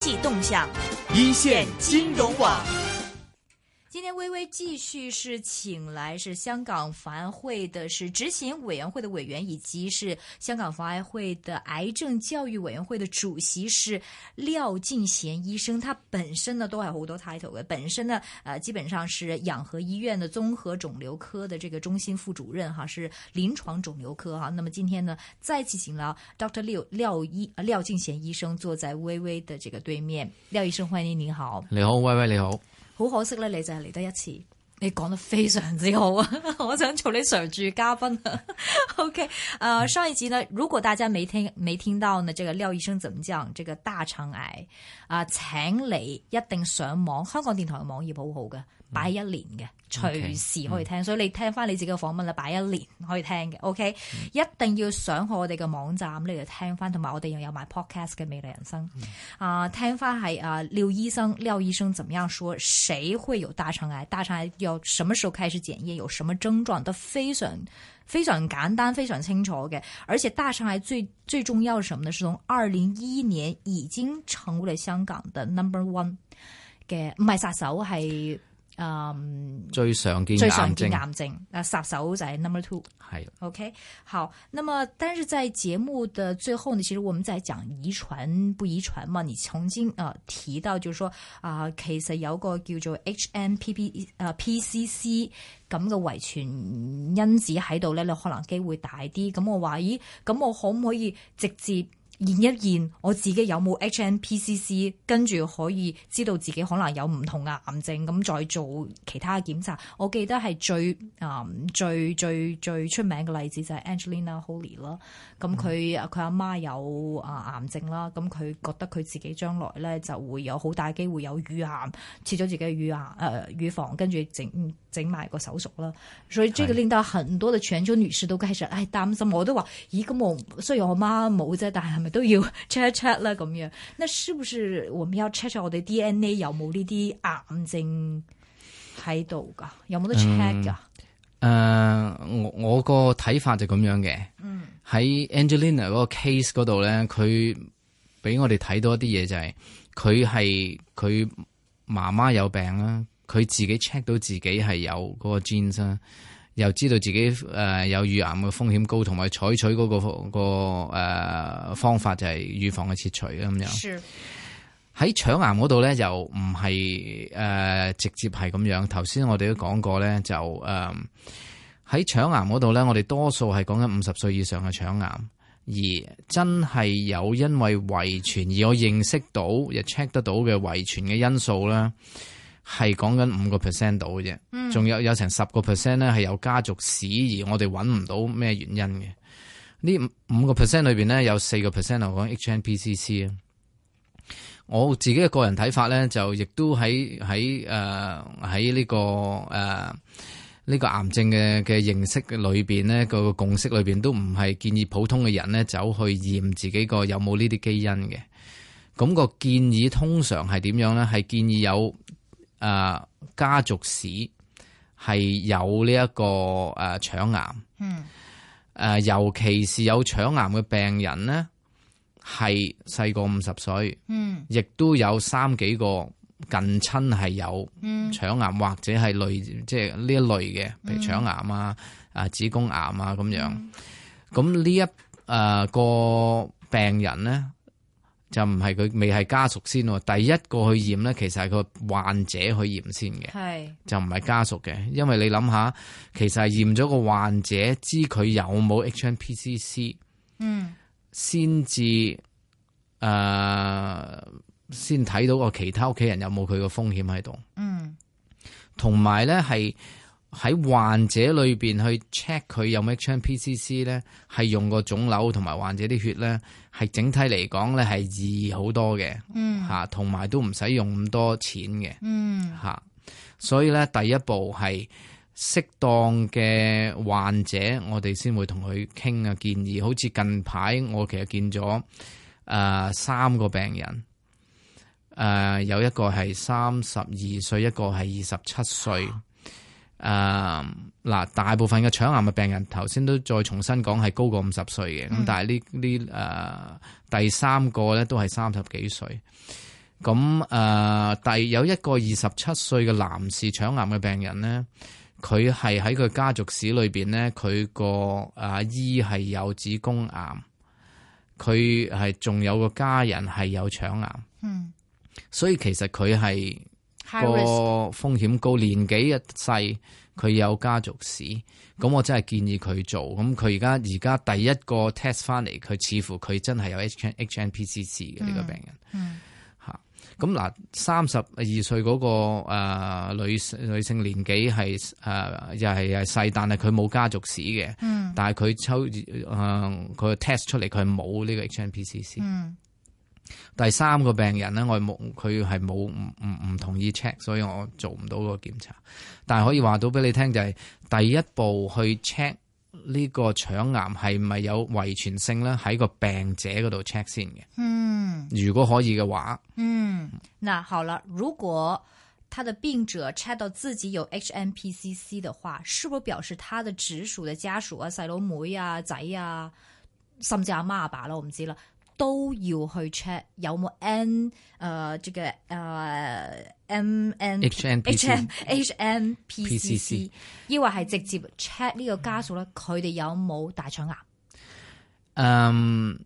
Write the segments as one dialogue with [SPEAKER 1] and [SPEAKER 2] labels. [SPEAKER 1] 济动向，
[SPEAKER 2] 一线金融网。
[SPEAKER 1] 今天微微继续是请来是香港防癌会的是执行委员会的委员，以及是香港防癌会的癌症教育委员会的主席是廖敬贤医生。他本身呢都有好多 title 嘅，本身呢呃基本上是养和医院的综合肿瘤科的这个中心副主任哈，是临床肿瘤科哈。那么今天呢再次请到 Dr. 廖廖医呃廖敬贤医生坐在微微的这个对面，廖医生欢迎您好。
[SPEAKER 2] 你好，威威你好。
[SPEAKER 1] 好可惜咧，你就係嚟得一次。你講得非常之好啊！ 我想做你常駐嘉賓啊。OK，呃， 上一集呢，如果大家没听没听到呢，这個廖醫生怎麼講？這個大腸癌啊、請你一定上網，香港電台嘅網頁好好嘅，擺一年嘅，隨時可以聽。所以你聽翻你自己嘅訪問啦，擺一年可以聽嘅。OK，一定要上去我哋嘅網站呢度聽翻，同埋我哋又有埋 podcast 嘅未來人生啊，聽翻係啊廖醫生，廖醫生怎麼樣說？誰會有大腸癌？大腸癌要什麼時候開始檢驗？有什麼症狀？都非常非常簡單，非常清楚嘅。而且大腸癌最最重要是什麼呢？是從二零一一年已經成為了香港的 number one 嘅，唔係殺手係嗯
[SPEAKER 2] 最常見
[SPEAKER 1] 最
[SPEAKER 2] 嘅
[SPEAKER 1] 常
[SPEAKER 2] 癌
[SPEAKER 1] 見
[SPEAKER 2] 症
[SPEAKER 1] 癌症，啊殺手就係 number two。
[SPEAKER 2] 係
[SPEAKER 1] OK，好，那么但是在节目的最后呢，其实我们在讲遗传不遗传嘛，你曾经啊、呃提到就是说啊、其實有個叫做 HMPP 啊 PCC 咁嘅遺傳因子喺度咧，你可能機會大啲。咁我話咦，咁我可唔可以直接？驗一驗我自己有冇 HNPCC，跟住可以知道自己可能有唔同嘅癌症，咁再做其他嘅檢查。我記得係最啊、最最最出名嘅例子就係 Angelina Jolie 啦，咁佢佢阿媽有啊癌症啦，咁佢覺得佢自己將來咧就會有好大機會有乳癌，切咗自己嘅乳癌呃誒乳房，跟住整整埋個手術啦。所以呢個令到很多嘅全球女士都開始唉擔心，我都話：咦，咁我雖然我媽冇啫，但係咪都要 check 一 check 啦咁樣？那是不是我們要 check check 我哋 DNA 有冇呢啲癌症喺度㗎？有冇得 check 㗎？
[SPEAKER 2] 誒、呃我我個睇法就咁樣嘅。
[SPEAKER 1] 嗯
[SPEAKER 2] 喺 Angelina 嗰個 case 嗰度咧，佢俾我哋睇到一啲嘢就係佢係佢媽媽有病啦，佢自己 check 到自己係有嗰個 genes 啦，又知道自己誒、呃有乳癌嘅風險高，同埋採取嗰、個、個、呃、方法就係預防嘅切除啦咁樣。
[SPEAKER 1] 是
[SPEAKER 2] 喺腸癌嗰度咧，又唔係誒直接係咁樣。頭先我哋都講過咧，就誒喺、腸癌嗰度咧，我哋多數係講緊五十歲以上嘅腸癌，而真係有因為遺傳而我認識到亦 check 得到嘅遺傳嘅因素啦，係講緊五個 percent 到嘅啫，仲、有有成十個 percent 咧係有家族史而我哋揾唔到咩原因嘅。呢五五個 percent 裏邊咧，有四個 percent 係講 HNPCC 啊。我自己嘅個人睇法咧，就亦都喺喺誒呃喺呢個誒呢、個癌症嘅嘅認識嘅裏邊咧，個共識裏邊都唔係建議普通嘅人咧走去驗自己個有冇呢啲基因嘅。咁、個建議通常係點樣咧？係建議有誒、呃家族史係有呢、一個誒、呃、腸癌。
[SPEAKER 1] 嗯。
[SPEAKER 2] 誒、尤其是有腸癌嘅病人咧，係細過五十歲，
[SPEAKER 1] 嗯，
[SPEAKER 2] 亦都有三幾個近親係有腸癌、或者係類即係呢一類嘅，譬如腸癌啊、啊子宮癌啊咁樣。咁呢、一誒、呃個病人咧，就唔係佢未係家屬先喎，第一個去驗咧，其實係個患者去驗先嘅。
[SPEAKER 1] 係
[SPEAKER 2] 就唔係家屬嘅，因為你諗下，其實係驗咗個患者知佢有冇 HNPCC，
[SPEAKER 1] 嗯，
[SPEAKER 2] 先至誒，呃先睇到個其他屋企人有冇佢個風險喺度，
[SPEAKER 1] 嗯
[SPEAKER 2] 同埋咧係喺患者裏邊去 check 佢有冇 HNPCC 咧，係用個腫瘤同埋患者啲血咧，係整體嚟講咧係易好多嘅，
[SPEAKER 1] 嗯
[SPEAKER 2] 嚇，同埋都唔使用咁多錢嘅。
[SPEAKER 1] 嗯
[SPEAKER 2] 吓，所以咧第一步係適當嘅患者，我哋先會同佢傾啊建議。好似近排我其實見咗誒、呃三個病人，誒、呃有一個係三十二歲，一個係二十七歲。誒嗱、大部分嘅腸癌嘅病人，頭先都再重新講係高過五十呃歲嘅，咁、但係呢呢誒第三個咧都係三十幾歲。誒、咁誒、呃第有一個二十七歲嘅男士腸癌嘅病人咧，佢係喺佢家族史裏邊咧，佢個阿姨係有子宮癌，佢係仲有個家人係有腸癌，
[SPEAKER 1] 嗯
[SPEAKER 2] 所以其實佢係。
[SPEAKER 1] ，high risk，
[SPEAKER 2] 個風險高，年紀一細，佢有家族史，咁我真係建議佢做。咁佢而家而家第一個 test 翻嚟，佢似乎佢真係有 H HNPCC 嘅呢個病人
[SPEAKER 1] 嗯
[SPEAKER 2] 嚇。咁嗱、三十二歲嗰個、呃、女女性年紀係誒、呃又係係細，但係佢冇家族史嘅，
[SPEAKER 1] 嗯
[SPEAKER 2] 但係佢抽誒佢 test 出嚟佢係冇呢個 HNPCC。
[SPEAKER 1] 嗯
[SPEAKER 2] 第三個病人咧，我係冇佢係冇唔唔唔同意 check，所以我做唔到個檢查。但係可以話到俾你聽，就係、第一步去 check 呢個腸癌係咪有遺傳性咧，喺個病者嗰度 check 先嘅。
[SPEAKER 1] 嗯
[SPEAKER 2] 如果可以嘅話，
[SPEAKER 1] 嗯，那好了，如果他的病者 check 到自己有 HNPCC 的話，是否表示他的直屬嘅家屬啊、細佬妹啊、仔啊，甚至阿媽阿爸啦，我唔知啦，都要去 check 有冇 N 誒、呃，這個誒、呃、M N H M
[SPEAKER 2] HNPC
[SPEAKER 1] H M P C C，
[SPEAKER 2] PCC
[SPEAKER 1] 抑或係直接 check 呢個家屬咧，佢哋有冇大腸癌？
[SPEAKER 2] 嗯，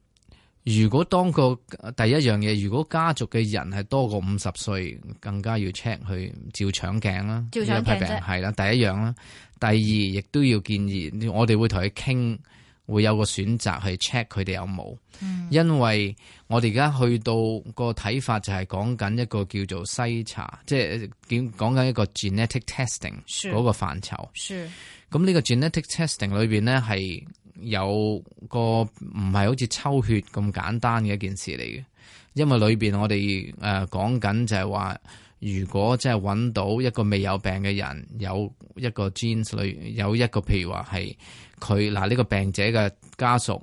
[SPEAKER 2] 如果當個第一樣嘢，如果家族嘅人係多過五十歲，更加要 check 去照腸鏡啦，
[SPEAKER 1] 照腸鏡
[SPEAKER 2] 呢一批病
[SPEAKER 1] 啫
[SPEAKER 2] 係啦，第一樣啦。第二，亦都要建議，我哋會同佢傾，會有個選擇去 check 佢哋有冇，
[SPEAKER 1] 嗯
[SPEAKER 2] 因為我哋而家去到個睇法就係講緊一個叫做篩查，即係講緊一個 genetic testing
[SPEAKER 1] 是
[SPEAKER 2] 嗰個範疇。
[SPEAKER 1] 是，
[SPEAKER 2] 咁呢個 genetic testing 裏邊咧係有個唔係好似抽血咁簡單嘅一件事嚟嘅，因為裏邊我哋誒講緊就係話，如果即係揾到一個未有病嘅人，有一個 genes 裏有一個譬如話係佢嗱呢個病者嘅家屬，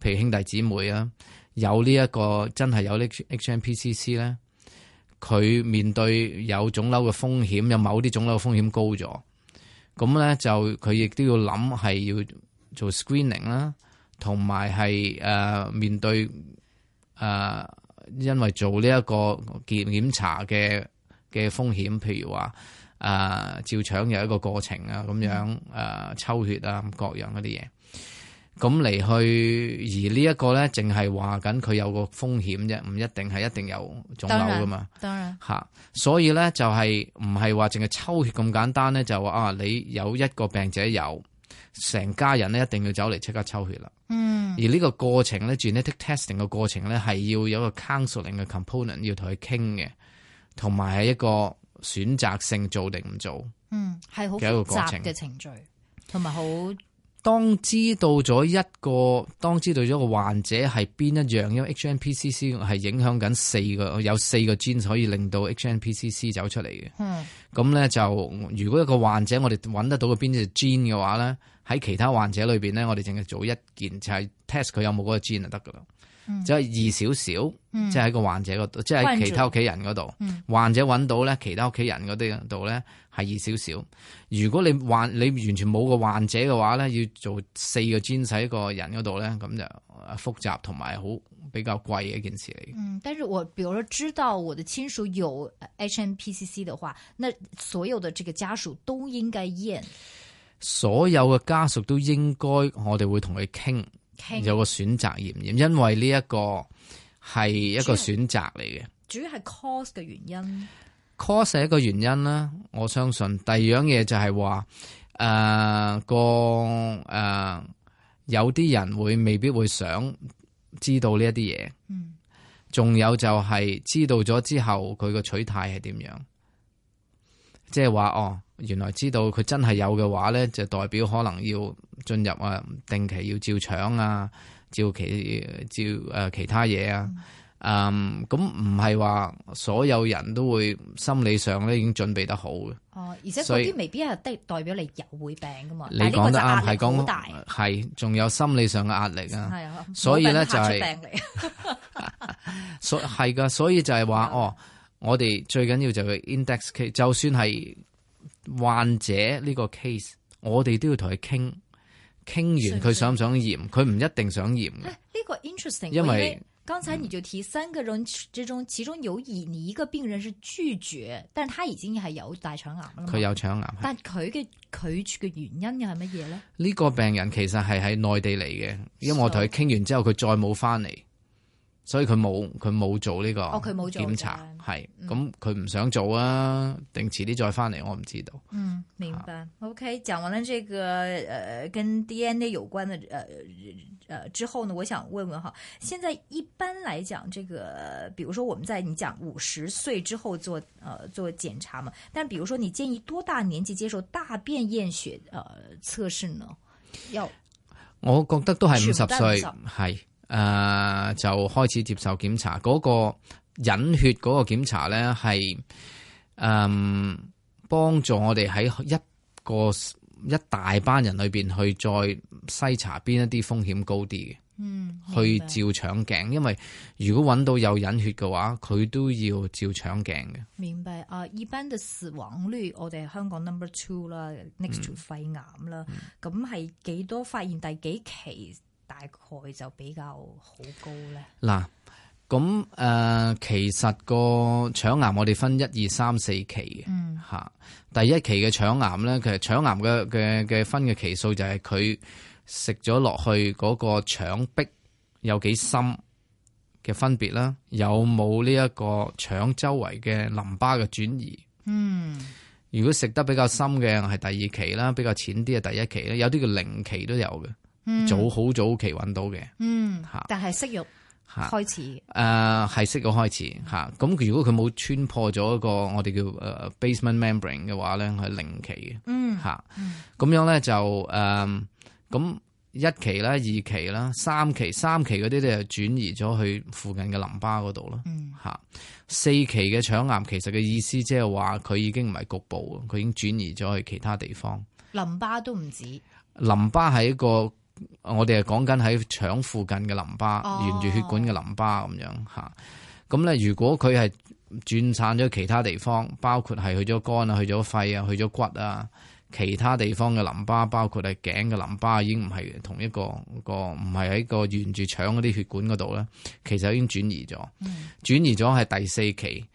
[SPEAKER 2] 譬如兄弟姊妹啊，有呢、一個真係有呢 HNPCC 咧，佢面對有腫瘤嘅風險，有某啲腫瘤嘅風險高咗。咁咧就佢亦都要諗係要做 screening 啦，同埋係誒面對誒、呃因為做呢一個檢檢查嘅嘅風險，譬如話誒、呃照腸有一個過程啊，咁樣
[SPEAKER 1] 嗯
[SPEAKER 2] 誒、呃抽血啊，各樣嗰啲嘢。咁嚟去，而呢一個咧，淨係話緊佢有個風險啫，唔一定係一定有腫
[SPEAKER 1] 當然
[SPEAKER 2] 瘤噶嘛。
[SPEAKER 1] 當然，
[SPEAKER 2] 吓，所以咧就係唔係話淨係抽血咁簡單咧，就話啊你有一個病者有，成家人咧一定要走嚟即刻抽血啦。
[SPEAKER 1] 嗯
[SPEAKER 2] 而呢個過程咧，genetic testing 嘅過程咧係要有一個 counseling 嘅 component 要同佢傾嘅，同埋係一個選擇性做定唔做。
[SPEAKER 1] 嗯，係好
[SPEAKER 2] 嘅一個
[SPEAKER 1] 複
[SPEAKER 2] 過
[SPEAKER 1] 雜
[SPEAKER 2] 程
[SPEAKER 1] 嘅程序，同埋好
[SPEAKER 2] 當知道咗一個，當知道咗個患者係邊一樣，因為 HNPCC 係影響緊四個，有四個 gene 可以令到 HNPCC 走出嚟嘅。
[SPEAKER 1] 嗯
[SPEAKER 2] 咁咧就如果一個患者我哋揾得到個邊隻 gene 嘅話咧，喺其他患者裏邊咧，我哋淨係做一件就係 test 佢有冇嗰個 gene 就得噶啦，即係易少少，即係喺個患者嗰度，即係喺其他屋企人嗰度，
[SPEAKER 1] 嗯
[SPEAKER 2] 患者揾到咧，其他屋企人嗰啲度咧係易少少。如果你患你完全冇個患者嘅話咧，要做四個 gene 喺個人嗰度咧，咁就呃複雜同埋好比較貴嘅一件事嚟嘅。
[SPEAKER 1] 嗯，但是我比如說知道我的親屬有呃 HNPCC 的話，那所有的這個家屬都應該驗
[SPEAKER 2] 所有嘅家屬都應該我哋會同佢傾。
[SPEAKER 1] 傾，
[SPEAKER 2] 有個選擇嚴唔嚴，因為呢一個係一個選擇嚟嘅。
[SPEAKER 1] 主要係 cause 嘅原因，
[SPEAKER 2] cause 係一個原因啦，我相信。第二樣嘢就係話，誒、個誒、有啲人會未必會想知道呢一啲嘢。
[SPEAKER 1] 嗯
[SPEAKER 2] 仲有就係知道咗之後，佢個取態係點樣？即係話哦，原來知道佢真係有嘅話咧，就代表可能要進入啊定期要照腸啊，照其照誒、呃其他嘢啊。嗯，咁唔係話所有人都會心理上咧已經準備得好嘅。
[SPEAKER 1] 哦，而且嗰
[SPEAKER 2] 所以
[SPEAKER 1] 啲未必係代代表你有會病噶嘛，
[SPEAKER 2] 你
[SPEAKER 1] 但係
[SPEAKER 2] 講
[SPEAKER 1] 呢個
[SPEAKER 2] 得
[SPEAKER 1] 就壓
[SPEAKER 2] 啱，
[SPEAKER 1] 力
[SPEAKER 2] 係
[SPEAKER 1] 好
[SPEAKER 2] 講
[SPEAKER 1] 大，
[SPEAKER 2] 係仲有心理上嘅壓力啊。
[SPEAKER 1] 係啊，
[SPEAKER 2] 所以呢
[SPEAKER 1] 冇病嚇出
[SPEAKER 2] 就係
[SPEAKER 1] 病嚟，
[SPEAKER 2] 所係噶，所以就係
[SPEAKER 1] 嗯
[SPEAKER 2] 話哦，我哋最緊要就係 index case，就算係患者呢個 case，我哋都要同佢傾，傾完
[SPEAKER 1] 信息
[SPEAKER 2] 佢想唔想驗，佢唔一定想驗嘅，
[SPEAKER 1] 呢個 interesting，
[SPEAKER 2] 因
[SPEAKER 1] 我以
[SPEAKER 2] 為
[SPEAKER 1] 刚才你就提三个人之中，其中有以你一个病人是拒絕，但係他已經係有大腸癌啦嘛
[SPEAKER 2] 佢有腸癌。
[SPEAKER 1] 但佢嘅拒絕嘅原因又係乜嘢咧？
[SPEAKER 2] 呢個病人其實係喺內地嚟嘅，因為我同佢傾完之後，佢再冇翻嚟，所以佢冇佢冇做呢個
[SPEAKER 1] 哦佢冇做
[SPEAKER 2] 檢查，
[SPEAKER 1] 嘅嗯
[SPEAKER 2] 係咁佢唔想做啊，定遲啲再翻嚟，我唔知道。
[SPEAKER 1] 嗯，明白。OK，講完了這個呃跟 DNA 有關的呃呃之後呢，我想問問哈，現在一般來講，這個呃比如說我們在你講五十歲之後做呃做檢查嘛，但比如說你建議多大年紀接受大便驗血呃測試呢？要
[SPEAKER 2] 我覺得都係五
[SPEAKER 1] 全部
[SPEAKER 2] 十
[SPEAKER 1] 都係
[SPEAKER 2] 歲，係誒、呃就開始接受檢查。嗰、個隱血嗰個檢查咧，係誒幫助我哋喺一個一大班人裏邊去再篩查邊一啲風險高啲嘅。
[SPEAKER 1] 嗯
[SPEAKER 2] 去
[SPEAKER 1] 明白
[SPEAKER 2] 照腸鏡，因為如果揾到有隱血嘅話，佢都要照腸鏡嘅。
[SPEAKER 1] 明白啊！一般嘅死亡率，我哋香港 number two 啦，next
[SPEAKER 2] 嗯
[SPEAKER 1] to 肺癌啦，咁係幾多發現第幾期大概就比較好高咧？
[SPEAKER 2] 嗱，咁誒、呃其實個腸癌我哋分一二三四期嘅
[SPEAKER 1] 嗯
[SPEAKER 2] 嚇。第一期嘅腸癌咧，其實腸癌嘅嘅嘅分嘅期數就係佢食咗落去嗰個腸壁有幾深嘅分別啦，有冇呢一個腸周圍嘅淋巴嘅轉移。
[SPEAKER 1] 嗯，
[SPEAKER 2] 如果食得比較深嘅係第二期啦，比較淺啲係第一期啦，有啲叫零期都有嘅，早好早期揾到嘅
[SPEAKER 1] 嗯
[SPEAKER 2] 嚇，
[SPEAKER 1] 但係息肉
[SPEAKER 2] 嚇。
[SPEAKER 1] 開始
[SPEAKER 2] 誒啊係識咗開始嚇，咁、如果佢冇穿破咗一個我哋叫誒、呃 basement membrane 嘅話咧，係零期
[SPEAKER 1] 嗯
[SPEAKER 2] 嘅嚇，咁、樣咧就誒咁、一期啦、二期啦、三期、三期嗰啲咧就轉移咗去附近嘅淋巴嗰度啦
[SPEAKER 1] 嗯
[SPEAKER 2] 嚇，四期嘅腸癌其實嘅意思即係話佢已經唔係局部，佢已經轉移咗去其他地方。
[SPEAKER 1] 淋巴都唔止，
[SPEAKER 2] 淋巴係一個我哋係講緊喺腸附近嘅淋巴，
[SPEAKER 1] 哦
[SPEAKER 2] 沿住血管嘅淋巴咁樣嚇。咁咧，如果佢係轉散咗其他地方，包括係去咗肝啊、去咗肺啊、去咗骨啊，其他地方嘅淋巴，包括係頸嘅淋巴，已經唔係同一個個唔係喺個沿住腸嗰啲血管嗰度咧，其實已經轉移咗，轉移咗係第四期。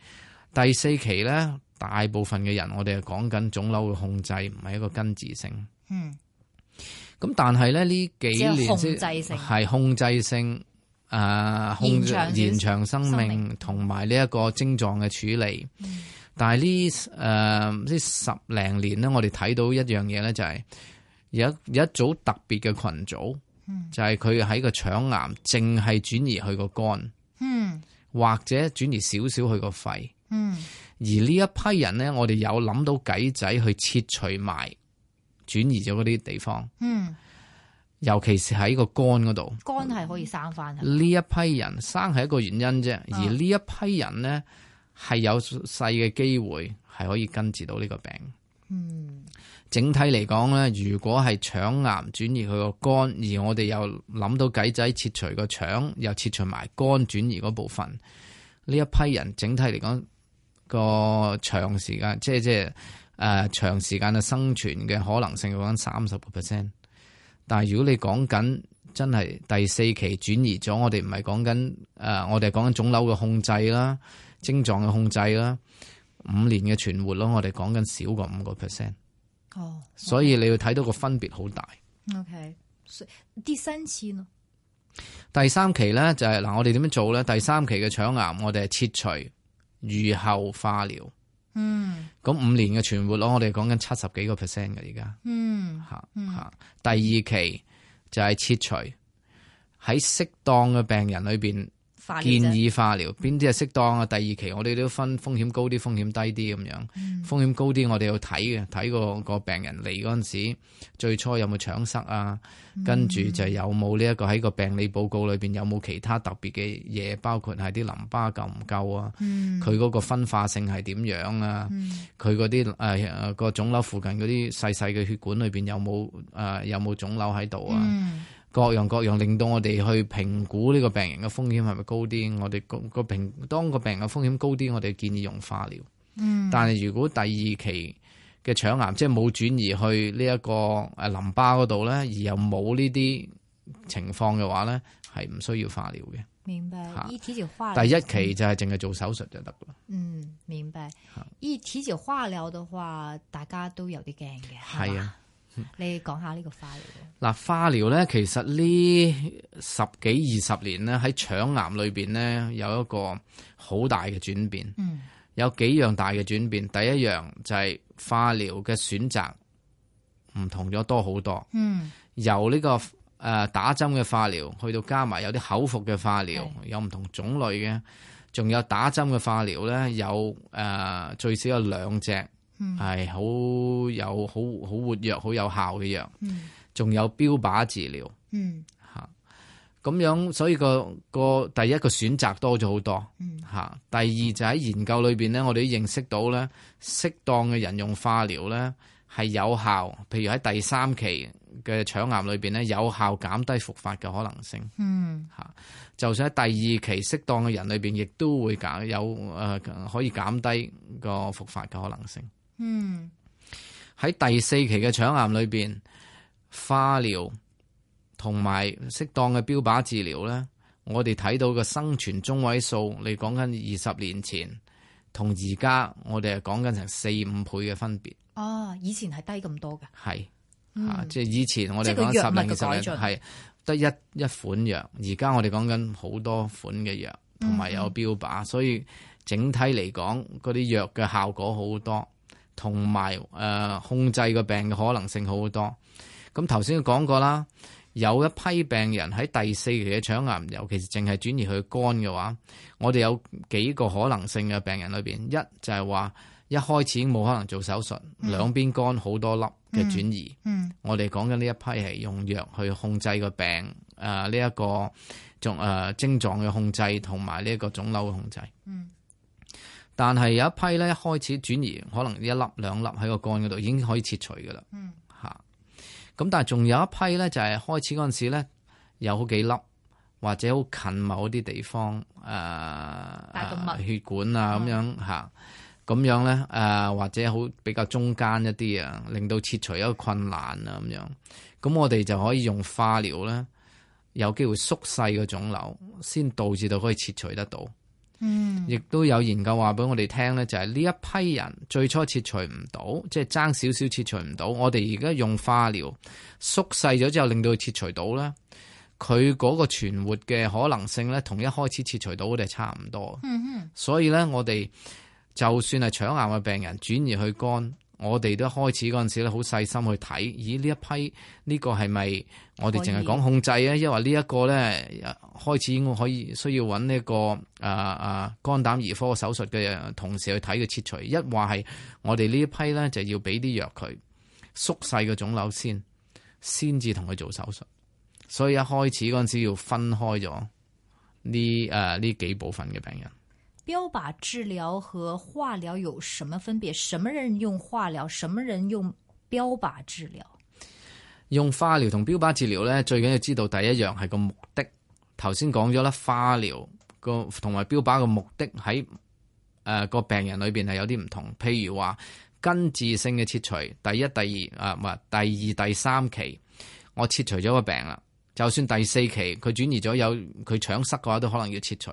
[SPEAKER 2] 第四期咧，大部分嘅人我哋係講緊腫瘤嘅控制，唔係一個根治性。
[SPEAKER 1] 嗯
[SPEAKER 2] 咁但係咧呢幾年
[SPEAKER 1] 即係控制性
[SPEAKER 2] 係控制性，诶、控
[SPEAKER 1] 延
[SPEAKER 2] 制
[SPEAKER 1] 長
[SPEAKER 2] 延長生
[SPEAKER 1] 生
[SPEAKER 2] 命
[SPEAKER 1] 命嗯
[SPEAKER 2] 同埋呢一個症狀嘅處理。但係呢诶呢十零年咧，我哋睇到一樣嘢咧，就係有一有一組特別嘅群組，
[SPEAKER 1] 嗯
[SPEAKER 2] 就係佢喺個腸癌淨係轉移去個肝，
[SPEAKER 1] 嗯
[SPEAKER 2] 或者轉移少少去個肺。
[SPEAKER 1] 嗯
[SPEAKER 2] 而呢一批人咧，我哋有諗到計仔去切除埋轉移咗嗰啲地方。
[SPEAKER 1] 嗯，
[SPEAKER 2] 尤其是喺個肝嗰度，
[SPEAKER 1] 肝係可以生啊翻嘅，
[SPEAKER 2] 呢一批人生係一個原因啫，而呢一批人呢，係有細嘅機會係可以根治到呢個病。
[SPEAKER 1] 嗯
[SPEAKER 2] 整體嚟講呢，如果係腸癌轉移去個肝，而我哋又諗到計仔切除個腸，又切除埋肝轉移嗰部分，呢一批人整體嚟講個長時間，即係即係誒、呃、長時間嘅生存嘅可能性講緊三十個 percent。但係如果你講緊真係第四期轉移咗，我哋唔係講緊誒，我哋係講緊腫瘤嘅控制啦、症狀嘅控制啦，五年嘅存活咯，我哋講緊少過五個 percent。
[SPEAKER 1] 哦
[SPEAKER 2] 所以你要睇到個分別好大。
[SPEAKER 1] ，OK，所以第三期呢？
[SPEAKER 2] 第三期呢，就係、嗱，我哋點樣做呢？第三期嘅腸癌，我哋係切除預後化療。
[SPEAKER 1] 嗯
[SPEAKER 2] 咁五年嘅存活率，我哋講緊七十幾個 percent 嘅而家
[SPEAKER 1] 嗯
[SPEAKER 2] 嚇
[SPEAKER 1] 嗯
[SPEAKER 2] 嚇。第二期就係切除喺適當嘅病人裏邊
[SPEAKER 1] 化
[SPEAKER 2] 建
[SPEAKER 1] 療啫
[SPEAKER 2] 議化療，邊啲係適當啊？第二期我哋都分風險高啲、風險低啲咁樣。
[SPEAKER 1] 嗯
[SPEAKER 2] 風險高啲我哋要睇嘅，睇個個病人嚟嗰陣時，最初有冇腸塞啊？
[SPEAKER 1] 嗯
[SPEAKER 2] 跟住就有冇呢一個喺個病理報告裏邊有冇其他特別嘅嘢，包括係啲淋巴夠唔夠啊？
[SPEAKER 1] 嗯
[SPEAKER 2] 佢嗰個分化性係點樣啊？佢嗰啲誒誒個腫瘤附近嗰啲細細嘅血管裏邊有冇誒、呃有冇腫瘤喺度啊？
[SPEAKER 1] 嗯
[SPEAKER 2] 各樣各樣，令到我哋去評估呢個病人嘅風險係咪高啲。我哋個個評當個病人嘅風險高啲，我哋建議用化療。
[SPEAKER 1] 嗯
[SPEAKER 2] 但係如果第二期嘅腸癌即係冇轉移去呢一個誒淋巴嗰度咧，而又冇呢啲情況嘅話咧，係唔需要化療嘅。
[SPEAKER 1] 明白
[SPEAKER 2] 嚇。
[SPEAKER 1] 一提起化療，
[SPEAKER 2] 第一期就係淨係做手術就得啦。
[SPEAKER 1] 嗯，明白
[SPEAKER 2] 嚇。
[SPEAKER 1] 一提起化療嘅話，大家都有啲驚嘅。嗯係
[SPEAKER 2] 係
[SPEAKER 1] 嘛
[SPEAKER 2] 啊。
[SPEAKER 1] 你講下呢個化療。
[SPEAKER 2] 嗱，化療咧，其實呢十幾二十年咧，喺腸癌裏邊咧有一個好大嘅轉變，
[SPEAKER 1] 嗯
[SPEAKER 2] 有幾樣大嘅轉變。第一樣就係化療嘅選擇唔同咗多好多，
[SPEAKER 1] 嗯
[SPEAKER 2] 由呢、個誒、呃打針嘅化療，去到加埋有啲口服嘅化療，有唔同種類嘅，仲有打針嘅化療咧，有誒、呃最少有兩隻
[SPEAKER 1] 嗯
[SPEAKER 2] 係好有好好活躍、好有效嘅藥，
[SPEAKER 1] 嗯
[SPEAKER 2] 仲有標靶治療。
[SPEAKER 1] 嗯
[SPEAKER 2] 吓。咁樣，所以個個第一個選擇多咗好多
[SPEAKER 1] 嗯
[SPEAKER 2] 吓。第二就喺研究裏邊咧，我哋都認識到咧，適當嘅人用化療咧係有效，譬如喺第三期嘅腸癌裏邊咧，有效減低復發嘅可能性
[SPEAKER 1] 嗯
[SPEAKER 2] 吓。就算喺第二期適當嘅人裏邊，亦都會減有誒、呃可以減低個復發嘅可能性。
[SPEAKER 1] 嗯
[SPEAKER 2] 喺第四期嘅腸癌裏邊，化療同埋適當嘅標靶治療呢，我哋睇到嘅生存中位數，你講緊二十年前同而家，我哋係講緊成四五倍嘅分別，
[SPEAKER 1] 哦，以前係低咁多㗎。
[SPEAKER 2] 係
[SPEAKER 1] 嗯
[SPEAKER 2] 啊，即係以前我哋
[SPEAKER 1] 即係
[SPEAKER 2] 講
[SPEAKER 1] 個
[SPEAKER 2] 緊
[SPEAKER 1] 藥物
[SPEAKER 2] 十零
[SPEAKER 1] 嘅改
[SPEAKER 2] 二十
[SPEAKER 1] 進
[SPEAKER 2] 年係得一一款藥，而家我哋講緊好多款嘅藥，同
[SPEAKER 1] 嗯
[SPEAKER 2] 埋有標靶，所以整體嚟講，嗰啲藥嘅效果好多，同埋誒控制個病嘅可能性好多。咁頭先講過啦，有一批病人喺第四期嘅腸癌，尤其是淨係轉移去肝嘅話，我哋有幾個可能性嘅病人裏邊，一就係話一開始已經冇可能做手術，
[SPEAKER 1] 嗯
[SPEAKER 2] 兩邊肝好多粒嘅轉移。
[SPEAKER 1] 嗯
[SPEAKER 2] 我哋講緊呢一批係用藥去控制個病，誒呢一個仲誒症狀嘅控制同埋呢一個腫瘤嘅控制。
[SPEAKER 1] 嗯
[SPEAKER 2] 但係有一批咧開始轉移，可能一粒兩粒喺個肝嗰度已經可以切除㗎啦
[SPEAKER 1] 嗯
[SPEAKER 2] 嚇。咁但係仲有一批咧，就係、開始嗰陣時咧有好幾粒。或者好近某啲地方，誒、呃
[SPEAKER 1] 大動嗯脈
[SPEAKER 2] 血管啊咁樣嚇，咁樣咧誒、呃或者好比較中間一啲啊，令到切除一個困難啊咁樣。咁我哋就可以用化療咧，有機會縮細個腫瘤，先導致到可以切除得到。
[SPEAKER 1] 嗯
[SPEAKER 2] 亦都有研究話俾我哋聽咧，就係呢一批人最初切除唔到，即係爭少少切除唔到。我哋而家用化療縮細咗之後，令到佢切除到咧，佢嗰個存活嘅可能性咧，同一開始切除到我哋係差唔多。
[SPEAKER 1] 嗯
[SPEAKER 2] 所以咧，我哋就算係腸癌嘅病人轉移去肝，我哋都開始嗰陣時咧，好細心去睇，咦呢一批呢個係咪我哋淨係講控制啊？因為呢一個咧開始我可以需要揾呢、個啊啊肝膽兒科手術嘅同事去睇佢切除，一話係我哋呢一批咧就要俾啲藥佢縮細個腫瘤先，先至同佢做手術。所以一開始嗰陣時要分開咗呢誒呢幾部分嘅病人。
[SPEAKER 1] 標靶治療和化療有什麼分別？什麼人用化療，什麼人用標靶治療？
[SPEAKER 2] 用化療同標靶治療咧，最緊要知道第一樣係個目的。頭先講咗啦，化療個同埋標靶嘅目的喺誒個病人裏邊係有啲唔同。譬如話根治性嘅切除，第一、第二啊，唔係第二、第三期，我切除咗個病啦。就算第四期佢轉移咗有佢腸塞嘅話，都可能要切除。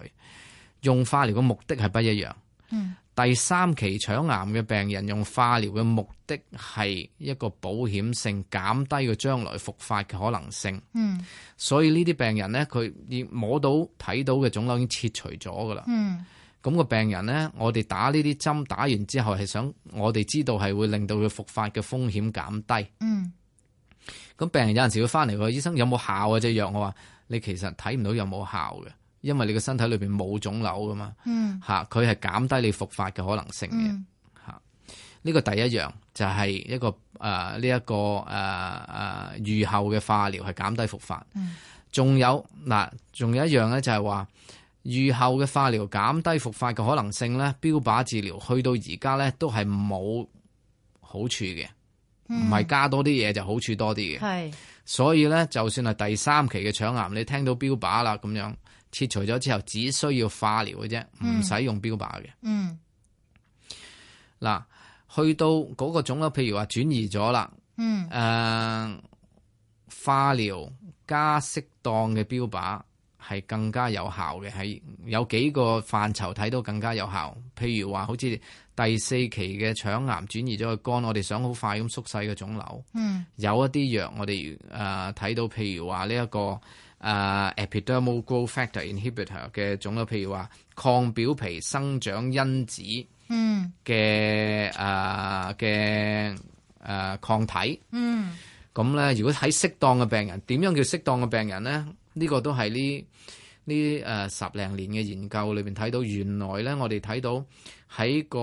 [SPEAKER 2] 用化療嘅目的係不一樣。
[SPEAKER 1] 嗯
[SPEAKER 2] 第三期腸癌嘅病人用化療嘅目的係一個保險性，減低佢將來復發嘅可能性。
[SPEAKER 1] 嗯
[SPEAKER 2] 所以呢啲病人呢，佢已摸到睇到嘅腫瘤已經切除咗噶啦。
[SPEAKER 1] 嗯
[SPEAKER 2] 咁、個病人呢，我哋打呢啲針打完之後係想我哋知道係會令到佢復發嘅風險減低。
[SPEAKER 1] 嗯
[SPEAKER 2] 咁病人有陣時會翻嚟話：醫生有冇效啊？隻藥我話你其實睇唔到有冇效嘅，因為你個身體裏邊冇腫瘤噶嘛
[SPEAKER 1] 嗯
[SPEAKER 2] 嚇，佢係減低你復發嘅可能性嘅。
[SPEAKER 1] 嗯
[SPEAKER 2] 呢個第一樣就係、一個誒呃呢一個誒誒預後嘅化療係減低復發
[SPEAKER 1] 嗯，
[SPEAKER 2] 仲、有嗱，仲有一樣咧就係話預後嘅化療減低復發嘅可能性咧，標靶治療去到而家咧都係冇好處嘅，
[SPEAKER 1] 嗯
[SPEAKER 2] 唔係加多啲嘢就好處多啲嘅。
[SPEAKER 1] 係
[SPEAKER 2] 所以咧，就算係第三期嘅腸癌，你聽到標靶啦咁樣切除咗之後，只需要化療嘅啫，唔使用標靶嘅。
[SPEAKER 1] 嗯
[SPEAKER 2] 嗱，去到嗰個腫瘤，譬如話轉移咗啦。誒、
[SPEAKER 1] 嗯
[SPEAKER 2] 呃化療加適當嘅標靶係更加有效嘅，係有幾個範疇睇到更加有效。譬如話，好似第四期嘅腸癌轉移咗去肝，我哋想好快咁縮細個腫瘤。
[SPEAKER 1] 嗯
[SPEAKER 2] 有一啲藥我哋誒睇到，譬如話呢一個誒、呃 epidermal growth factor inhibitor 嘅腫瘤，譬如話抗表皮生長因子
[SPEAKER 1] 嗯
[SPEAKER 2] 嘅誒嘅誒抗體。
[SPEAKER 1] 嗯
[SPEAKER 2] 咁咧，如果喺適當嘅病人，點樣叫適當嘅病人咧？呢、呢個都係呢呢誒十零年嘅研究裏邊睇到，原來咧我哋睇到喺個誒、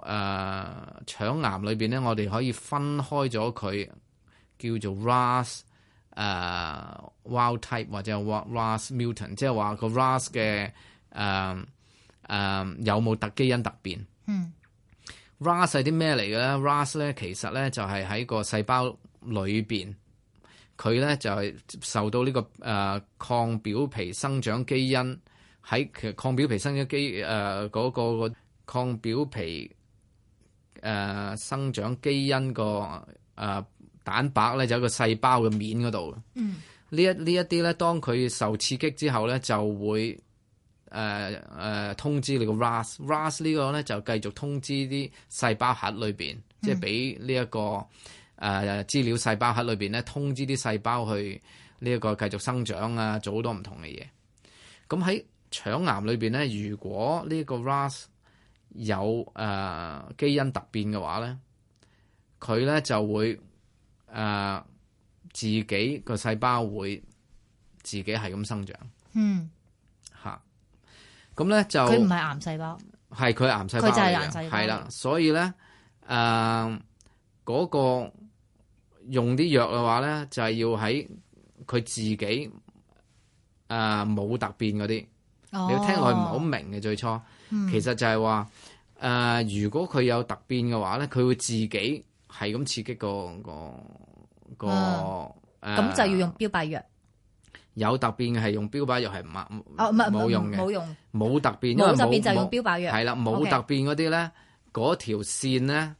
[SPEAKER 2] 呃、腸癌裏邊咧，我哋可以分開咗佢叫做 RAS 誒、呃 wild type 或者係 wa- RAS mutant，即係話個 RAS 嘅誒誒有冇突基因突變？
[SPEAKER 1] 嗯
[SPEAKER 2] RAS 係啲咩嚟嘅咧？RAS 咧其實咧就係喺個細胞裏邊，佢咧就係受到呢、個誒、呃抗表皮生長基因喺其實抗表皮生長基誒嗰、個個抗表皮誒、呃生長基因個誒、呃蛋白咧就喺個細胞嘅面嗰度。
[SPEAKER 1] 嗯
[SPEAKER 2] 呢一呢一啲咧，當佢受刺激之後咧，就會誒誒、呃呃通知你個 RAS，RAS 呢個咧就繼續通知啲細胞核裏邊，即係俾呢一個誒、呃、資料細胞核裏邊咧通知啲細胞去呢一個繼續生長啊，做好多唔同嘅嘢。咁喺腸癌裏邊咧，如果呢個 RAS 有誒、呃基因突變嘅話咧，佢咧就會誒。呃自己個細胞會自己係咁生長
[SPEAKER 1] 嗯，
[SPEAKER 2] 嚇。咁咧就
[SPEAKER 1] 佢唔係癌細胞，
[SPEAKER 2] 係佢癌細
[SPEAKER 1] 佢
[SPEAKER 2] 胞
[SPEAKER 1] 就係
[SPEAKER 2] 嚟
[SPEAKER 1] 癌
[SPEAKER 2] 嘅
[SPEAKER 1] 細胞
[SPEAKER 2] 係啦。所以咧誒嗰個用啲藥嘅話咧，就係、要喺佢自己誒冇、突變嗰啲。你聽落去唔係好
[SPEAKER 1] 哦嗯
[SPEAKER 2] 明嘅最初，其實就係話呃誒，如果佢有突變嘅話咧，佢會自己係咁刺激個個個
[SPEAKER 1] 啊
[SPEAKER 2] 誒
[SPEAKER 1] 咁就要用標靶藥，
[SPEAKER 2] 有突變嘅係用標靶藥係唔啱
[SPEAKER 1] 哦唔係唔係
[SPEAKER 2] 啊冇用
[SPEAKER 1] 冇
[SPEAKER 2] 嘅，
[SPEAKER 1] 用，
[SPEAKER 2] 冇突變，因為
[SPEAKER 1] 冇就變就用
[SPEAKER 2] 冇
[SPEAKER 1] 標靶藥，
[SPEAKER 2] 係啦，冇
[SPEAKER 1] OK
[SPEAKER 2] 突變嗰啲咧，嗰條線咧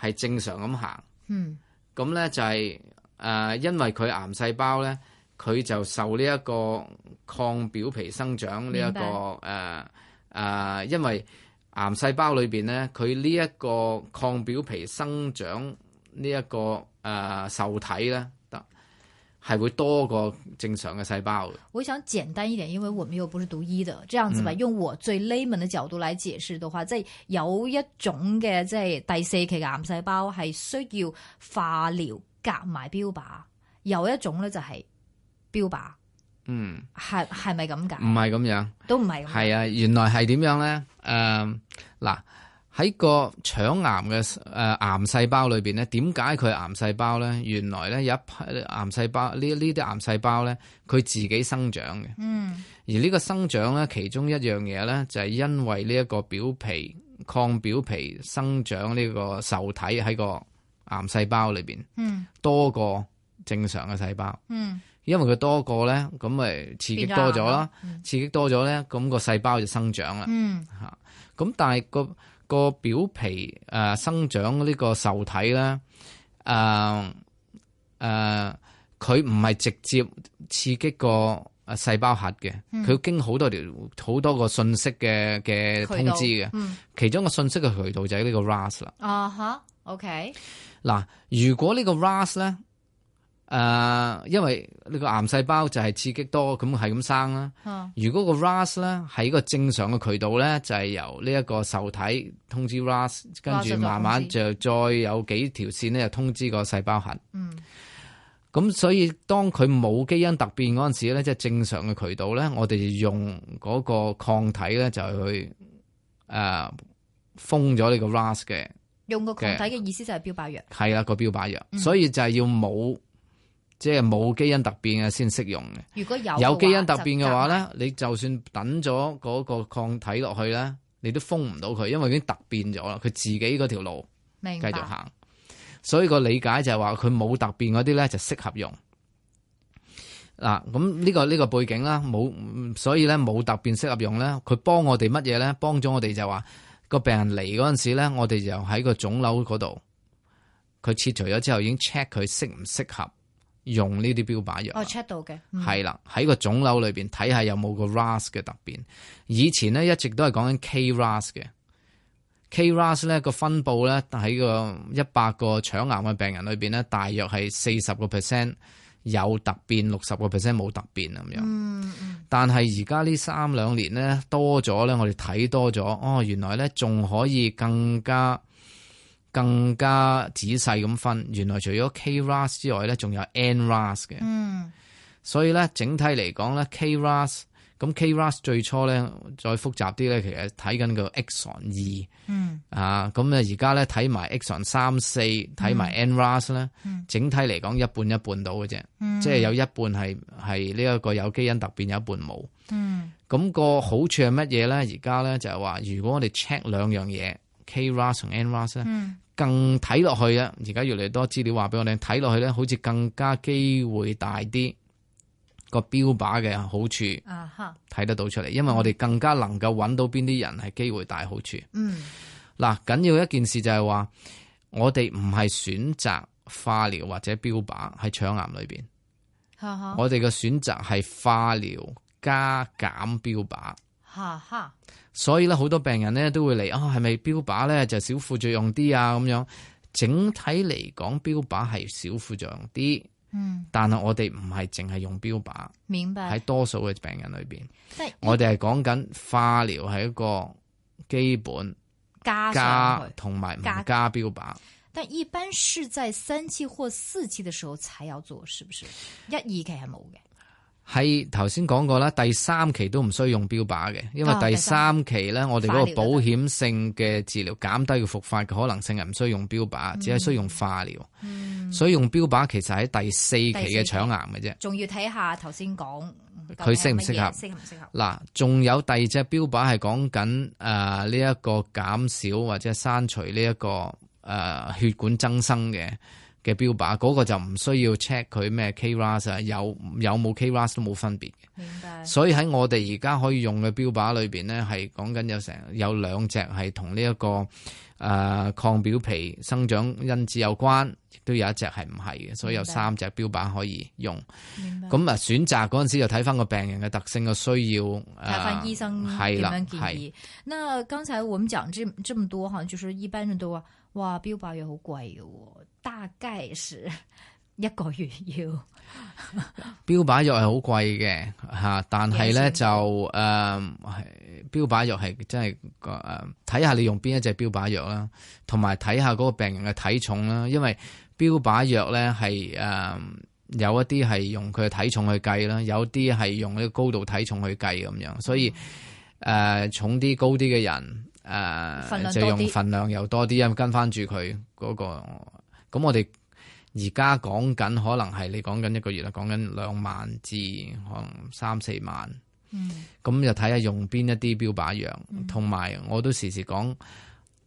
[SPEAKER 2] 係正常咁行，
[SPEAKER 1] 嗯
[SPEAKER 2] 咁咧就係、呃因為佢癌細胞咧，佢就受呢一個抗表皮生長呢、一
[SPEAKER 1] 明
[SPEAKER 2] 個誒
[SPEAKER 1] 白
[SPEAKER 2] 誒、呃因為癌細胞裏邊咧，佢呢一個抗表皮生長呢、一個誒、呃受體咧，得係會多過正常嘅細胞嘅。
[SPEAKER 1] 我想簡單一點，因為我們又不是讀醫的，這樣子吧。
[SPEAKER 2] 嗯
[SPEAKER 1] 用我最 layman 嘅角度嚟解釋嘅話，即係有一種嘅即係第四期嘅癌細胞係需要化療夾埋標靶，有一種咧就係標靶，
[SPEAKER 2] 嗯，
[SPEAKER 1] 係係咪咁
[SPEAKER 2] 唔
[SPEAKER 1] 解？
[SPEAKER 2] 係咁樣，
[SPEAKER 1] 都唔係咁解。
[SPEAKER 2] 係啊，原來係點樣咧？誒、嗱喺個腸癌嘅誒、癌細胞裏邊咧，點解佢係癌細胞咧？原來咧有一批癌細胞，呢呢啲癌細胞咧，佢自己生長嘅，
[SPEAKER 1] 嗯
[SPEAKER 2] 而呢個生長咧，其中一樣嘢咧，就係、因為呢一個表皮抗表皮生長呢個受體喺個癌細胞裏邊
[SPEAKER 1] 嗯
[SPEAKER 2] 多過正常嘅細胞，
[SPEAKER 1] 嗯，
[SPEAKER 2] 因為佢多過咧，咁咪刺激
[SPEAKER 1] 變
[SPEAKER 2] 多咗啦。。
[SPEAKER 1] 嗯
[SPEAKER 2] 刺激多咗咧，咁個細胞就生長啦
[SPEAKER 1] 嗯
[SPEAKER 2] 嚇。咁、但係個個表皮誒、呃生長呢個受體咧，誒誒佢唔係直接刺激個誒細胞核嘅，佢要經好多條好多個信息嘅嘅通知嘅，
[SPEAKER 1] 嗯
[SPEAKER 2] 其中個信息嘅渠道就係呢個 RAS 啦。
[SPEAKER 1] 啊哈，OK，
[SPEAKER 2] 嗱，如果呢個 RAS 咧，誒、因為呢個癌細胞就係刺激多，咁係咁生啦。
[SPEAKER 1] 嗯
[SPEAKER 2] 如果個 RAS 咧喺個正常嘅渠道咧，就係、由呢一個受體通知 RAS，跟
[SPEAKER 1] RAS 就
[SPEAKER 2] 住慢慢
[SPEAKER 1] 通
[SPEAKER 2] 就再有幾條線咧，就通知個細胞核。
[SPEAKER 1] 嗯
[SPEAKER 2] 咁所以當佢冇基因突變嗰陣時咧，即係正常嘅渠道咧，我哋就用嗰個抗體咧就去誒、呃封咗呢個 RAS 嘅
[SPEAKER 1] 用個抗體嘅意思就係標靶藥。
[SPEAKER 2] 係啦個標靶藥，
[SPEAKER 1] 嗯
[SPEAKER 2] 所以就係要冇即係冇基因突變嘅先適用嘅。
[SPEAKER 1] 如果有
[SPEAKER 2] 有
[SPEAKER 1] 嘅
[SPEAKER 2] 基因
[SPEAKER 1] 話
[SPEAKER 2] 突
[SPEAKER 1] 啊就啊
[SPEAKER 2] 變嘅
[SPEAKER 1] 夾
[SPEAKER 2] 話
[SPEAKER 1] 埋，
[SPEAKER 2] 咧，你就算等咗嗰個抗體落去咧，你都封唔到佢，因為已經突變咗啦，佢自己嗰條路
[SPEAKER 1] 明
[SPEAKER 2] 繼
[SPEAKER 1] 白
[SPEAKER 2] 續行。所以個理解就係話佢冇突變嗰啲咧就適合用。嗱，咁呢個呢個背景啦，冇嗯所以咧冇突變適合用咧，佢幫我哋乜嘢咧？幫咗我哋就話個病人嚟嗰陣時咧，我哋就喺個腫瘤嗰度，佢切除咗之後已經 check 佢適唔適合用呢啲標靶藥
[SPEAKER 1] 我
[SPEAKER 2] 啦。
[SPEAKER 1] check 到嘅，嗯
[SPEAKER 2] 係啦，喺個腫瘤裏邊睇下有冇個 RAS 嘅突變。以前咧一直都係講緊 KRAS 嘅，KRAS 咧個分佈咧喺個一百個腸癌嘅病人裏邊咧，大約係四十個 percent 有突變，六十個 percent 冇突變咁樣。
[SPEAKER 1] 嗯嗯
[SPEAKER 2] 但係而家呢三兩年咧多咗咧，我哋睇多咗，哦，原來咧仲可以更加更加仔細咁分。原來除咗 KRAS 之外咧，仲有 NRAS 嘅。
[SPEAKER 1] 嗯
[SPEAKER 2] 所以咧，整體嚟講咧，KRAS 咁 KRAS 最初咧再複雜啲咧，其實睇緊個 exon
[SPEAKER 1] 嗯
[SPEAKER 2] 二啊，咁咧而家咧睇埋 exon 三四，睇埋 NRAS 咧，
[SPEAKER 1] 嗯
[SPEAKER 2] 整體嚟講一半一半到嘅啫，
[SPEAKER 1] 嗯
[SPEAKER 2] 即係有一半係係呢一個有基因突變，有一半冇。
[SPEAKER 1] 嗯
[SPEAKER 2] 咁、個好處係乜嘢咧？而家咧就係話，如果我哋 check 兩樣嘢 KRAS 同 NRAS 咧，
[SPEAKER 1] 嗯
[SPEAKER 2] 更睇落去啊！而家越嚟越多資料話俾我哋聽，睇落去咧，好似更加機會大啲個標靶嘅好處
[SPEAKER 1] 啊哈
[SPEAKER 2] 睇得到出嚟，因為我哋更加能夠揾到邊啲人係機會大好處。
[SPEAKER 1] 嗯
[SPEAKER 2] 嗱，緊要一件事就係話，我哋唔係選擇化療或者標靶喺腸癌裏邊，
[SPEAKER 1] 哈哈
[SPEAKER 2] 我哋嘅選擇係化療加減標靶。
[SPEAKER 1] 哈哈
[SPEAKER 2] 所以咧，好多病人咧都會嚟啊，係咪標靶咧就少副作用啲啊咁樣？整體嚟講，標靶係少副作用啲，
[SPEAKER 1] 嗯
[SPEAKER 2] 但係我哋唔係淨係用標靶
[SPEAKER 1] 明
[SPEAKER 2] 喺
[SPEAKER 1] 白，
[SPEAKER 2] 多數嘅病人裏邊，
[SPEAKER 1] 即係
[SPEAKER 2] 我哋係講緊化療係一個基本
[SPEAKER 1] 加上
[SPEAKER 2] 加
[SPEAKER 1] 去。
[SPEAKER 2] 同埋唔
[SPEAKER 1] 加
[SPEAKER 2] 加標靶。
[SPEAKER 1] 但一般是在三期或四期嘅時候才要做，是不是？一二期係冇嘅，
[SPEAKER 2] 係頭先講過啦，第三期都唔需要用標靶嘅，因為
[SPEAKER 1] 哦
[SPEAKER 2] 第三期咧，我哋嗰個
[SPEAKER 1] 化療
[SPEAKER 2] 保險性嘅治療減低個復發嘅可能性係唔需要用標靶，只係需要用化療。所以用標靶其實喺第四期
[SPEAKER 1] 第四
[SPEAKER 2] 嘅
[SPEAKER 1] 期
[SPEAKER 2] 腸癌嘅啫。
[SPEAKER 1] 仲要睇下頭先講嗯
[SPEAKER 2] 佢
[SPEAKER 1] 究竟
[SPEAKER 2] 適
[SPEAKER 1] 係
[SPEAKER 2] 唔適合
[SPEAKER 1] 乜嘢適合唔適合？
[SPEAKER 2] 嗱，仲有第二隻標靶係講緊誒呢一個減少或者刪除呢、一個誒、呃血管增生嘅嘅標靶，嗰、個就唔需要 check 佢咩 KRAS 啊，有有冇 KRAS 都冇分別。
[SPEAKER 1] 明白，
[SPEAKER 2] 所以喺我哋而家可以用嘅標靶裏邊咧，係講緊有成有兩隻係同呢一個誒、呃抗表皮生長因子有關，亦都有一隻係唔係嘅，所以有
[SPEAKER 1] 明白
[SPEAKER 2] 三隻標靶可以用。
[SPEAKER 1] 明白。
[SPEAKER 2] 咁啊，選擇嗰陣時就睇翻個病人嘅特性嘅需要，睇
[SPEAKER 1] 看看醫生
[SPEAKER 2] 啊係
[SPEAKER 1] 點
[SPEAKER 2] 啦
[SPEAKER 1] 樣，建
[SPEAKER 2] 係
[SPEAKER 1] 議。那剛才我們講這這麼多哈，就是一般人都話，哇，標靶藥好貴嘅喎，大概是一個月要
[SPEAKER 2] 標靶藥係好貴嘅嚇，但係咧就誒、
[SPEAKER 1] 嗯
[SPEAKER 2] 係標靶藥係真係誒睇下你用邊一隻標靶藥啦，同埋睇下嗰個病人嘅體重啦，因為標靶藥咧係誒有一啲係用佢嘅體重去計啦，有啲係用呢個高度體重去計咁樣，所以誒、呃重啲高啲嘅人誒、
[SPEAKER 1] 份量
[SPEAKER 2] 就
[SPEAKER 1] 多啲
[SPEAKER 2] 用份量又多啲，咁跟翻住佢嗰個咁我哋。而家講緊可能係你講緊一個月啦，講緊兩萬至可能三四萬，
[SPEAKER 1] 嗯
[SPEAKER 2] 咁就睇下用邊一啲標靶藥，同埋、我都時時講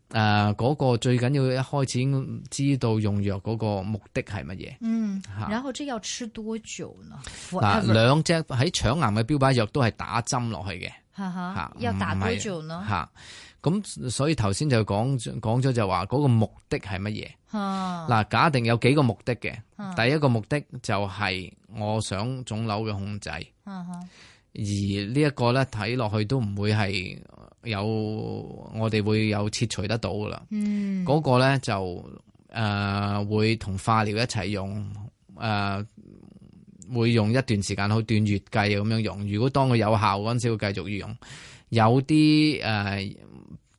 [SPEAKER 2] 誒嗰個最緊要一開始已經知道用藥嗰個目的係乜嘢
[SPEAKER 1] 嗯，
[SPEAKER 2] 嚇。
[SPEAKER 1] 然後這要吃多久呢
[SPEAKER 2] 嗱，
[SPEAKER 1] ？Forever，
[SPEAKER 2] 兩隻喺腸癌嘅標靶藥都係打針落去嘅。
[SPEAKER 1] 哈哈
[SPEAKER 2] 嚇，
[SPEAKER 1] 要打
[SPEAKER 2] 唔
[SPEAKER 1] 多
[SPEAKER 2] 係
[SPEAKER 1] 久呢？
[SPEAKER 2] 嚇，咁所以頭先就講講咗就話嗰個目的係乜嘢？
[SPEAKER 1] 哈，
[SPEAKER 2] 嗱，假定有幾個目的嘅，
[SPEAKER 1] 哦嗯
[SPEAKER 2] 第一個目的就係我想腫瘤嘅控制，而
[SPEAKER 1] 哈哈
[SPEAKER 2] 呢一個咧睇落去都唔會係有我哋會有切除得到噶啦。
[SPEAKER 1] 嗯，
[SPEAKER 2] 嗰、個咧就誒、呃、會同化療一齊用，誒、呃、會用一段時間，好段月計咁樣用。如果當佢有效嗰陣時，會繼續用。有啲誒、呃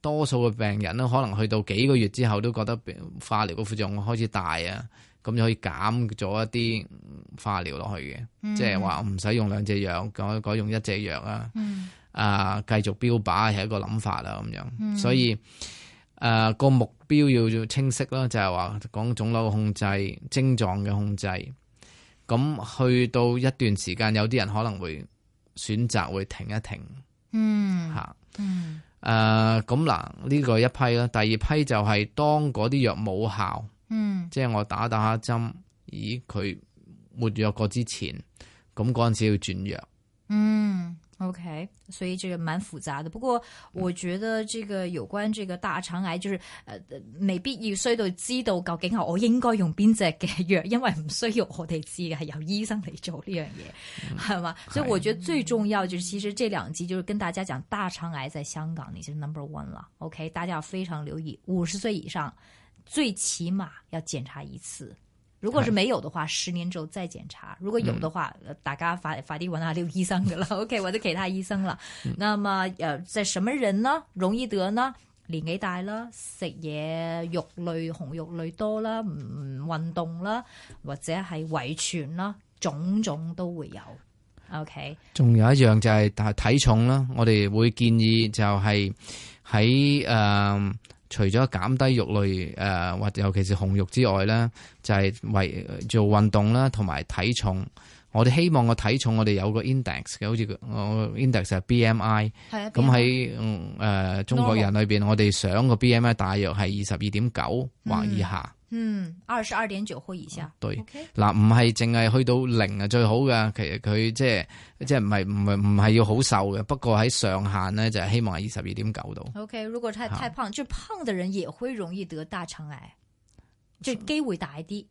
[SPEAKER 2] 多數嘅病人咧，可能去到幾個月之後都覺得嗯化療嘅副作用開始大啊，咁就可以減咗一啲化療落去嘅，即係話唔使用兩隻藥，改改用一隻藥啊。
[SPEAKER 1] 嗯
[SPEAKER 2] 啊、繼續標靶係一個諗法啦，咁樣，所以誒個、目標要清晰啦，就係話講腫瘤嘅控制、症狀嘅控制。咁去到一段時間，有啲人可能會選擇會停一停
[SPEAKER 1] 嗯
[SPEAKER 2] 嚇。
[SPEAKER 1] 嗯
[SPEAKER 2] 誒咁嗱，呢、個一批啦，第二批就係當嗰啲藥冇效，
[SPEAKER 1] 嗯
[SPEAKER 2] 即係我打打下針，咦佢沒藥過之前，咁嗰陣時要轉藥。
[SPEAKER 1] 嗯， OK，所以这个蛮复杂的。不过我覺得這個有關這個大腸癌，就是誒、呃、未必要需到知道究竟係我應該用邊隻嘅藥，因為唔需要我哋知嘅，係由醫生嚟做呢樣嘢，係嘛、所以我覺得最重要就是，其實這兩集就是跟大家講大腸癌在香港已經 number one 啦。OK，大家要非常留意，五十歲以上最起碼要檢查一次。如果是沒有的話，十年之後再檢查；如果有的話，呃大家快快啲揾下呢個醫生噶啦，OK，或者其他醫生啦。那麼呃，在什麼人呢？容易得呢？年紀大啦，食嘢肉類紅肉類多啦，唔唔運動啦，或者係遺傳啦，種種都會有。OK，
[SPEAKER 2] 仲有一樣就係但係體重啦，我哋會建議就係喺誒除咗減低肉類誒或、尤其是紅肉之外咧，就係、為做運動啦，同埋體重。我哋希望個體重我哋有個 index 嘅，好似個我個 index 係 BMI。
[SPEAKER 1] 係啊，
[SPEAKER 2] 咁喺嗯誒中國人裏邊，我哋想個 BMI 大約係二十二點九或以下。
[SPEAKER 1] 嗯，二十二點九或以下。
[SPEAKER 2] 對
[SPEAKER 1] OK，
[SPEAKER 2] 嗱，唔係淨係去到零啊最好噶，其實佢即係即係唔係唔係唔係要好瘦嘅，不過喺上限咧就係希望係二十二點九度。
[SPEAKER 1] OK，如果太太胖，就胖的人也會容易得大腸癌，就機會大啲，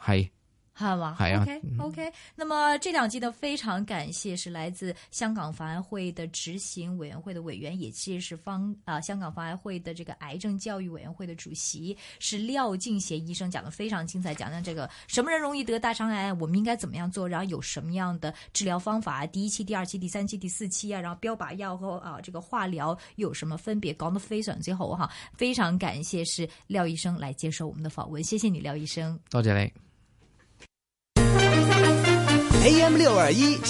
[SPEAKER 2] 係
[SPEAKER 1] 係嘛？
[SPEAKER 2] 係啊
[SPEAKER 1] OK OK，那麼這兩集呢，非常感謝是來自香港防癌會的執行委員會的委員，也既是方啊、香港防癌會的這個癌症教育委員會的主席，是廖敬賢醫生，講得非常精彩，講講這個什麼人容易得大腸癌，我們應該怎麼樣做，然後有什麼樣的治療方法，第一期、第二期、第三期、第四期啊，然後標靶藥和啊這個化療有什麼分別，講得非常之好哈，非常感謝是廖醫生來接受我們的訪問，謝謝你廖醫生。
[SPEAKER 2] 多謝你。
[SPEAKER 3] AM 六二一。